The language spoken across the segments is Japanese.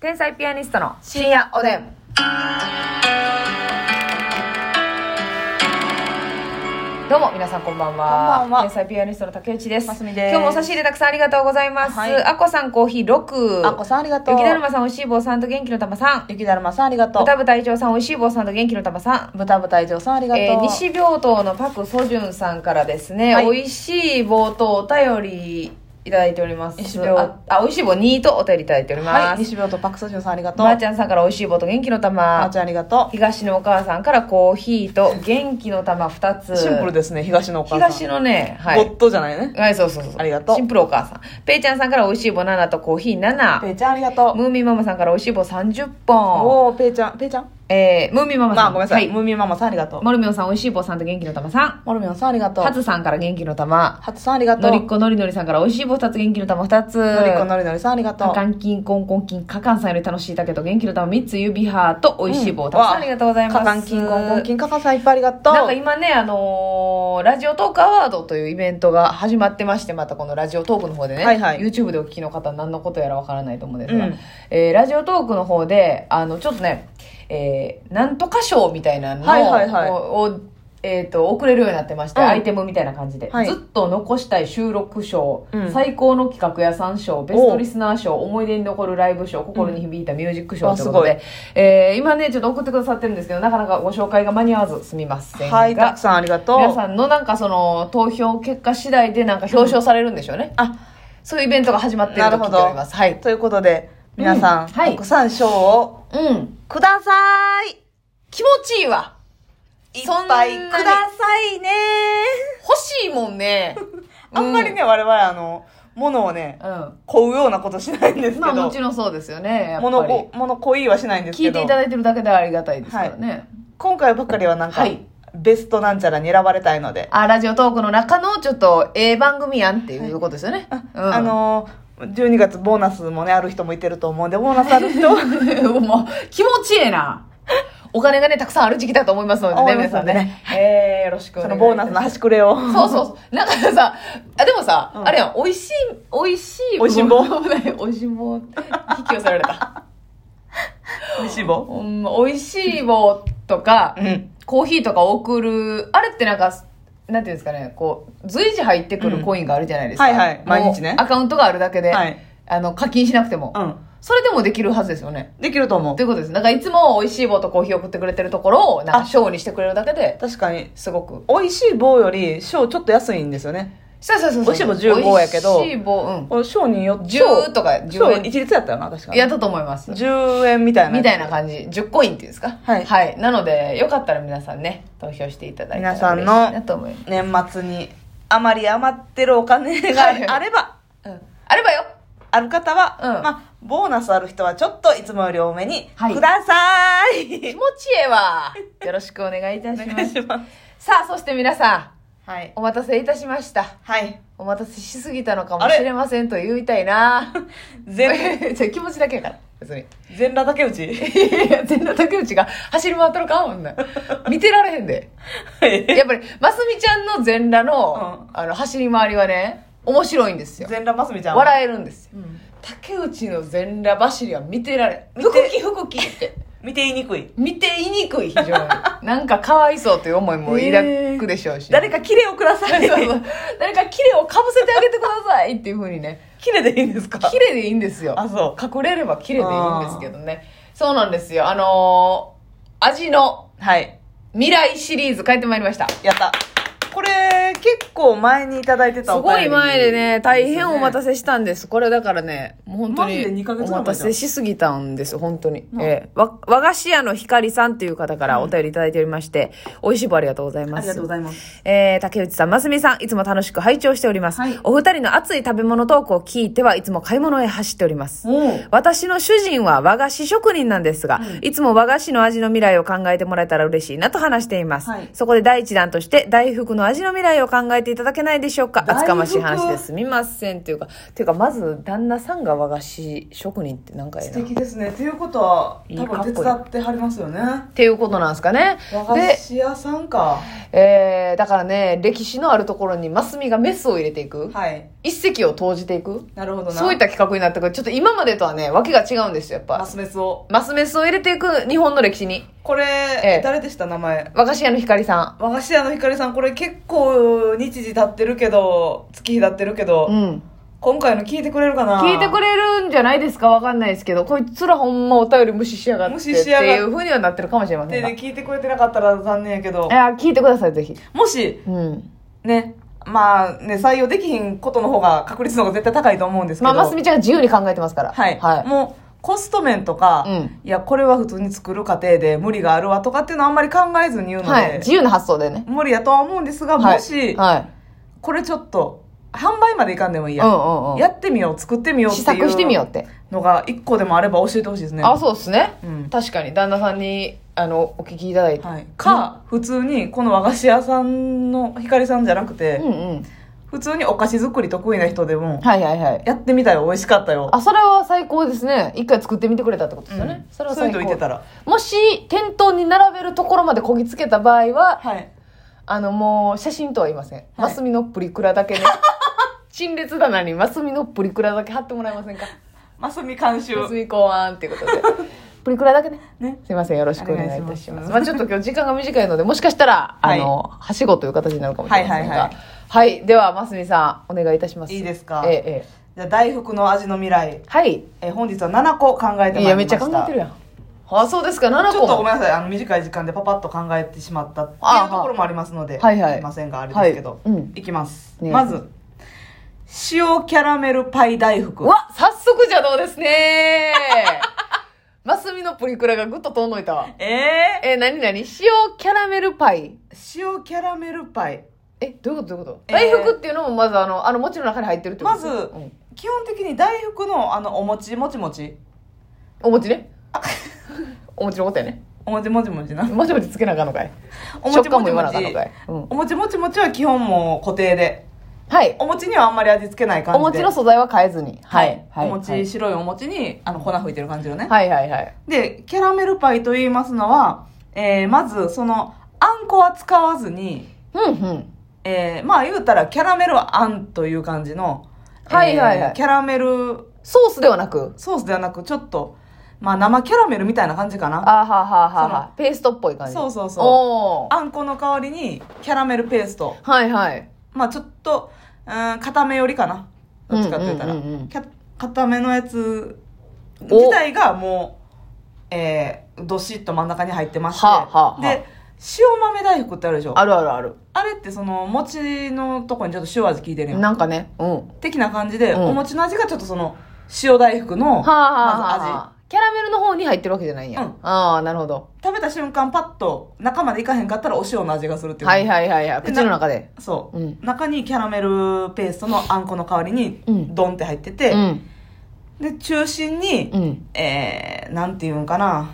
天才ピアニストの深夜おでん。どうも皆さんこんばんは。こんばんは天才ピアニストの竹内です。ますみです今日もお差し入れたくさんありがとうございます。はいあこさんコーヒー6。あこさんありがとう雪だるまさんおいしい棒さんと元気の玉さん。ゆきだるまさんありがとう。豚部隊長さんおいしい棒さんと元気の玉さん。ぶたぶた以上さんありがとう。えー西病棟のパク・ソジュンさんからですね、はい美味しい棒とお便りいただいております西病ああ美味しい棒2とお便りいただいております、はい、西病とパクソジュンさんありがとう。まーちゃんさんから美味しい棒と元気のま玉ーちゃんありがと東のお母さんからコーヒーと元気の玉2つう。シンプルですね、東のお母さん。東のねはいゴッドじゃないね。はいそうそうそうありがとうシンプルお母さんペイちゃんさんから美味しい棒7とコーヒーペ7イちゃんありがとう。ムーミンママさんから美味しい棒30本おー、ペイちゃん、ペイちゃん。えー、ムーミンママまさあ、ん、ごめんなさい。はムーミンママさんありがとう。モルミョンさん美味しい棒さんと元気の玉さんモルミョンさんありがとう。ハツさんから元気の玉ハツさんありがとのう。りっこのりのりさんから美味しい棒2つ元気の玉2つのりっこのりのりさんありがとうカ。カンキンコンコンキンカカンさんより楽しいだけど元気の玉3つ指ハート美味しい棒たくさんありがとうございますカカンキンコンコンキンカカンさんいっぱいありがとう。なんか今ね、あのーラジオトークアワードというイベントが始まってまして、またこのラジオトークの方でね、はいはい YouTube でお聞きの方、何のことやらわからないと思うんですが、うんえーラジオトークの方で、あの、ちょっとね、えーなんとか賞みたいなのを、はいはいはいををえー、と送れるようになってまして、うんアイテムみたいな感じで、はいずっと残したい収録賞、うん最高の企画屋さん賞ベストリスナー賞思い出に残るライブ賞心に響いたミュージック賞ということで、あすごえー今ねちょっと送ってくださってるんですけどなかなかご紹介が間に合わずすみませんはい、たくさんありがとう。皆さんのなんかその投票結果次第でなんか表彰されるんでしょうね、あそういうイベントが始まっているなと聞いるほておりどますはいということで、皆さん、うんはいたくさん賞をうんください。気持ちいいわいっぱいそんくなにださいね。欲しいもん ねあんまりね、我々あの、物をねう、ん買うようなことしないんですけまあど、もちろんそうですよねやっ物ぱりこ、物恋はしないんです聞けいど、ていただいてるだけでありがたいですからね、今回ばっかりはなんか、はいベストなんちゃらに選ばれたいので、あラジオトークの中のちょっとええ番組やんっていうことですよね、うんあのー、12月ボーナスもね、ある人もいてると思うんで、ボーナスある 人もう気持ちええな。お金がね、たくさんある時期だと思いますので思ね、いま皆すさのんでねね。えー、よろしくおそ願いのいたボーしまナすスの端くれを。そうそうそう。なんかさ、あ、でもさ、うんあれやん、美味しい、美味しい。美味しんぼ危ない 美味しんぼ。引き寄せられた。美味しい棒ほんま美味しい棒とかう、ん。コーヒーとか送る、あれってなんか、なんていうんですかね、こう、随時入ってくるコインがあるじゃないですか。うんはいはい毎日ねもうアカウントがあるだけで、はいあの、課金しなくても、うん。それでもできるはずですよね。できると思うとい。うことです。なんかいつも美味しい棒とコーヒー送ってくれてるところを、なんかあ賞にしてくれるだけで、確かに。すごく。美味しい棒より、賞ちょっと安いんですよね。そうそうそうそう。美味しい棒15やけど美味しい棒、うん。この賞によって、 10とか賞10円。一律やったよな、確かに。やったと思います。 10円みたいな。みたいな感じ。10コインっていうんですかはいなので、よかったら皆さんね、投票していただいたら皆さん嬉のしいなと思います。年末にあまり余ってるお金 がはいあれば、うん。あればよある方は、うんまあ、ボーナスある人はちょっといつもより多めに、はいくださ気い。持ちええわ。よろしくお願いいたおし願まい す。します。さあ、そして皆さはいん、。お待たせいたしました。はい。お待たせしすぎたのかもしれませんと言いたいな。全、じゃあ気持ちだけやから、別に。 全裸竹内いやいや全裸竹内が走り回ってるかもんな見てられへんでやっぱりますみちゃんの全裸の,、あの走り回りはね面白いんですよ全裸ますみちゃん。笑えるんですよ、ん竹内の全裸走りは見てられ見ふてくきふくきって見て言いにくい。見ていにくい非常 になんかかわいそうという思いも抱くでしょうし、誰かキレをください そ。うそう誰かキレをかぶせてあげてくださいっていうふうにねキレでいいんですか綺麗でいいんですよあそ隠れれば綺麗でいいんですけどねそうなんですよあのー味のはい。未来シリーズ帰ってまいりましたやった。これ、結構前にいただいてすたお便ごりい前でね大変お待たせ。せしたんですこれだからねもう本当マジでに二ヶ月おぐらい前じゃん待たせしすぎたんです本当に、なあええわ和菓子屋のひかりさんという方からお便りいただいておりまして、美味しい棒ありがとうございますありがとうございます。えー、竹内さん、ますみさん、いつも楽しく拝聴しております。はいお二人の熱い食べ物トークを聞いてはいつも買い物へ走っております。おう私の主人は和菓子職人なんですが、いつも和菓子の味の未来を考えてもらえたら嬉しいなと話しています。はいそこで第一弾として、大福の味の未来を考えていただけないでしょうか。大福厚かましい話ですみません。というか、というか、まず、旦那さんが和菓子職人って何かや素な。っ敵ですねということはいい多分手伝ってはりますよねていうことなんですかね。和菓子屋さんかで、えー、だからね、歴史のあるところにマスミがメスを入れていく。はい一石を投じていくなるほどなそういった企画になったからちょっと今までとはねわけが違うんですよやっマぱスメスをマスメスを入れていく日本の歴史にこれ、ええ誰でした名前和菓子屋のひかりさ和菓子屋のひかりさんこれ結構日時経ってるけど月日経ってるけど、んうん今回の聞いてくれるかな聞いてくれれるんじゃないですかわかんないですけどこいつらほんまお便り無視しやがって無視しやがっっていうふうにはなってるかもしれませでんがね聞いてくれてなかったら残念やけどいや聞いてくださいぜひもしうんねまあね採用できひんことの方が確率の方が絶対高いと思うんですけまどあますみちゃんが自由に考えてますからはい、はいもうコスト面とか、うんいやこれは普通に作る過程で無理があるわとかっていうのはあんまり考えずに言うので、はい自由な発想でね無理やとは思うんですが、はいもし、はいこれちょっと販売までいかんでもいいや、うんうんうんやってみよう作ってみようって試いう作してみようってのが一個でもあれば教えてほしいですねあそうですね、うん確かに旦那さんにあのお聞きいただいて、はい、か、普通にこの和菓子屋さんのひかりさんじゃなくて、うんうん普通にお菓子作り得意な人でも、はいはいはいやってみたら美味しかったよあそれは最高ですね一回作ってみてくれたってことですよね、うんそれはそうい最う人高いてたらもし店頭に並べるところまでこぎつけた場合ははいあのもう写真とは言いません、マスミのプリクラだけ ね陳列棚にマスミのプリクラだけ貼ってもらえませんかマスミ監修マスミ考案っていうことでプリクラだけねねすいませんよろしくお願いいたしますお願いしますまあちょっと今日時間が短いのでもしかしたら、はいあのはしごという形になるかもしれませんがははいいはいはいではますみさんお願いいたしますいいですかええええじゃあ大福の味の未来はいえー本日は7個考えてまいりましたいやめっちゃ考えてるやんあそうですか7ちょ個っとごもめんなさいあの短い時間でパパッと考えてしまったってあいうところもありますのではいはいすいませんがあれですけど、はいうんいきます、ねまず塩キャラメルパイ大福うわ早速じゃどうですね マスミのプリクラがぐっと遠のいたわえええー、何何塩キャラメルパイ塩キャラメルパイえどういうことどういうこと、えー大福っていうのもまずあのあの餅の中に入ってるってことまずうん基本的に大福のあのお餅もちもちお餅ね お餅のことやねお餅もちもちなもちもちつけなあかんのかいお餅食感ももち言わなもあかんのちかい、うん、お餅もちもちは基本もう固定ではいお餅にはあんまり味付けない感おじ餅での素材は変えずにははいい、はいお餅、はい白いお餅にあの粉吹いてる感じよね、はいはいはいで、キャラメルパイと言いますのは、えーまず、その、あんこは使わずに、うんうんえーまあ言うたら、キャラメルはあんという感じの、えーはいはいはいキャラメルソースではなくソースではなく、ちょっと、まあ生キャラメルみたいな感じかな。あーはーはーはーはーペーストっぽい感じそうそうそうおーあんこの代わりに、キャラメルペースト。はいはいまあちょっと、うーん、固めよりかな。どっちかって言ったら。うんうんうんうんキャ固めのやつお自体がもう、えーどしっと真ん中に入ってまして。はあはあはあで、塩豆大福ってあるでしょあるあるあるあれってその餅のとこにちょっと塩味効いてるやんなんかねうんは的な感じで、うんお餅の味がちょっとその塩大福のあはあはまあずはあ味キャラメルの方に入ってるわけじゃないんや、うんああなるほど食べた瞬間パッと中までいかへんかったらお塩の味がするっていうはいはいはいはい口の中でそう、うん中にキャラメルペーストのあんこの代わりにうんドンって入ってて、うんで中心に、うんえー、なんていうんかな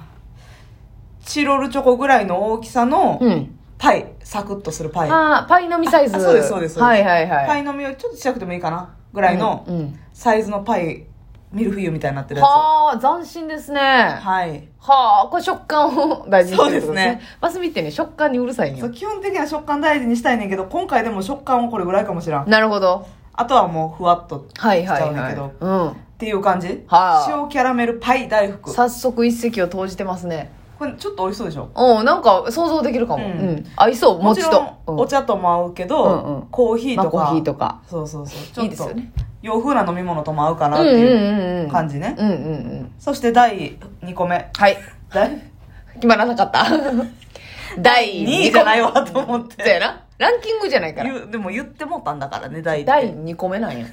チロルチョコぐらいの大きさのうんパイ、サクッとするパイ、あーパイのみサイズあそうですそうですそうですはいはいはいパイイの実をちょっとちっちゃくてもいいかなぐらいの、うんうんサイズのパイミルフィーユみたいになってるやつはあ斬新ですねははいあこれ食感を大事にしてるってことですそうねでマスミってね食感にうるさいんそよう基本的には食感大事にしたいねんけど今回でも食感はこれぐらいかもしらんなるほどあとはもうふわっとしちはいはいゃうねんはけいど、っうんていう感じ、はあ塩キャラメルパイ大福早速一石を投じてますねこれちょっと美味しそうでしょうんなんか想像できるかも、ううんん合いそう餅ちろんと、うんお茶とも合うけど、うんうんコーヒーまあとか,、コーヒーとかそうそうそうちょっといいですよね洋風な飲み物とも合うかなっうんてうんいう、うんうん感じねうんうんうんそして第2個目はい第決まらなかった 第2位2じ個ゃないわと思っ そうやてなランキングじゃないから言うでも言ってもうたんだからね第第2個目なんや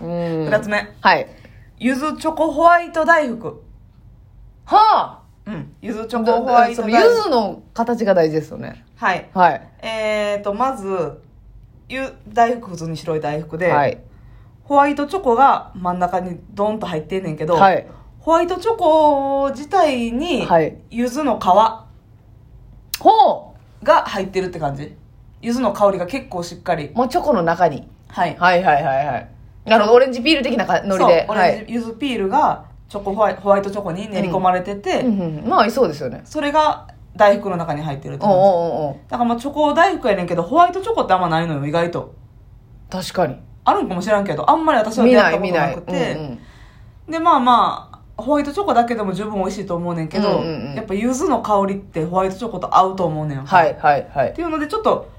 うん2つ目はいゆずチョコホワイト大福はあうんゆずチョコホワイそトの大ゆ福ずの形が大事ですよねはいはいえーとまずゆ大福普通に白い大福で、はいホワイトチョコが真ん中にドンと入ってんねんけど、はいホワイトチョコ自体にはいゆずの皮ほが入ってるって感じゆずの香りが結構しっかりうもうチョコの中にはいはいはいはいはいなるほどオレンジピール的なかノリでそうオはレンいジゆずピールがチョコホワイホワイトチョコに練り込まれてて、うんうんまあ合いそうですよねそれが大福の中に入ってるっておう感じおうおうおうだからまあチョコ大福やねんけどホワイトチョコってあんまないのよ意外と確かにあるんかもしらんけどあんまり私は見出ない会ったこ見とな、ないくうんてうん、でまあまあホワイトチョコだけでも十分美味しいと思うねんけど、うんうんうんやっぱ柚子の香りってホワイトチョコと合うと思うねんはいはいはいっていうのでちょっと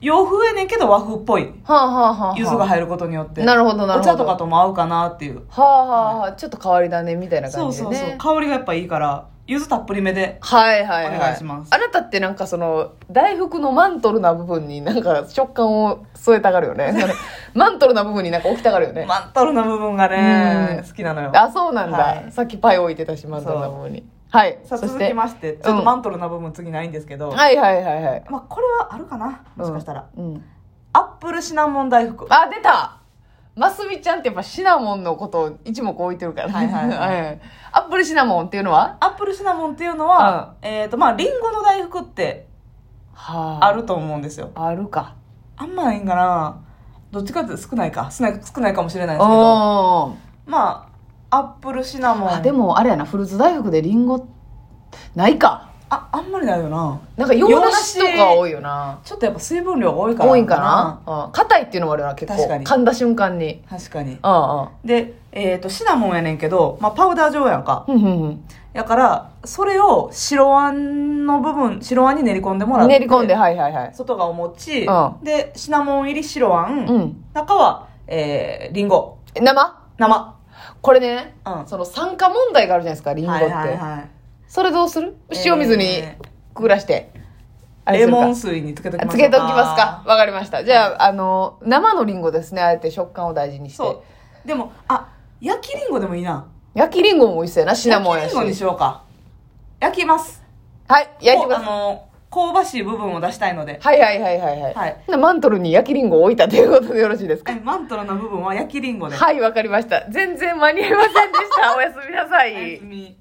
洋風やねんけど和風っぽいはあはあはあはあ柚子が入ることによってなるほどなるほどお茶とかとも合うかなっていうはあはあはあちょっと変わりだねみたいなそ感うじでそねうそう香りがやっぱいいから柚子たっぷりめではいはいはいお願いしますあなたってなんかその大福のマントルな部分になんか食感を添えたがるよ ねそのマントルな部分になんか置きたがるよね、マントルの部分がねうん好きなのよあそうなんだ、はいさっきパイ置いてたしマントルな部分にはいさあそし続てきましてちょっとマントルな部分次ないんですけど、はいはいはいはいまあこれはあるかなもしかしたら、うんうんアップルシナモン大福あ出たますみちゃんってやっぱシナモンのことを一目置いてるからねはいはい はうんアップルシナモンっていうのはアップルシナモンっていうのは、えっ、とまあリンゴの大福ってはあると思うんですよあるかあんまないんかなどっちかっていうと少ないか少ない少ないかもしれないですけどおーまあアップルシナモンあでもあれやなフルーツ大福でリンゴないかああんまりないよななんか洋梨と洋梨か多いよなちょっとやっぱ水分量が多いから多いんかなうん硬いっていうのもあるよな結構確かに噛んだ瞬間に確かにうんうんで、えっとシナモンやねんけど、まあ、パウダー状やんかふんふんふんやからそれを白あんの部分白あんに練り込んでもらって練り込んではいはいはい外がお餅、うでシナモン入り白あん、うん中はえー、リンゴえ生生これねうんその酸化問題があるじゃないですかリンゴって、はいはいそれどうする塩水にえくぐらして、あはい、れすレるかモン水につけときあますつけときますかわかりましたじゃああの生のリンゴですねあえて食感を大事にしてそうでもあ焼きリンゴでもいいな焼きリンゴも美味しそうやなシナモンやし焼きリンゴにしようか焼きますはい焼いてくだこうあさの香ばしい部分を出したいのでいはいはいはいはいはい、はいでマントルに焼きリンゴを置いたということでよろしいですかえマントルの部分は焼きリンゴではいわかりました全然間に合いませんでしたおやすみなさおやいすみ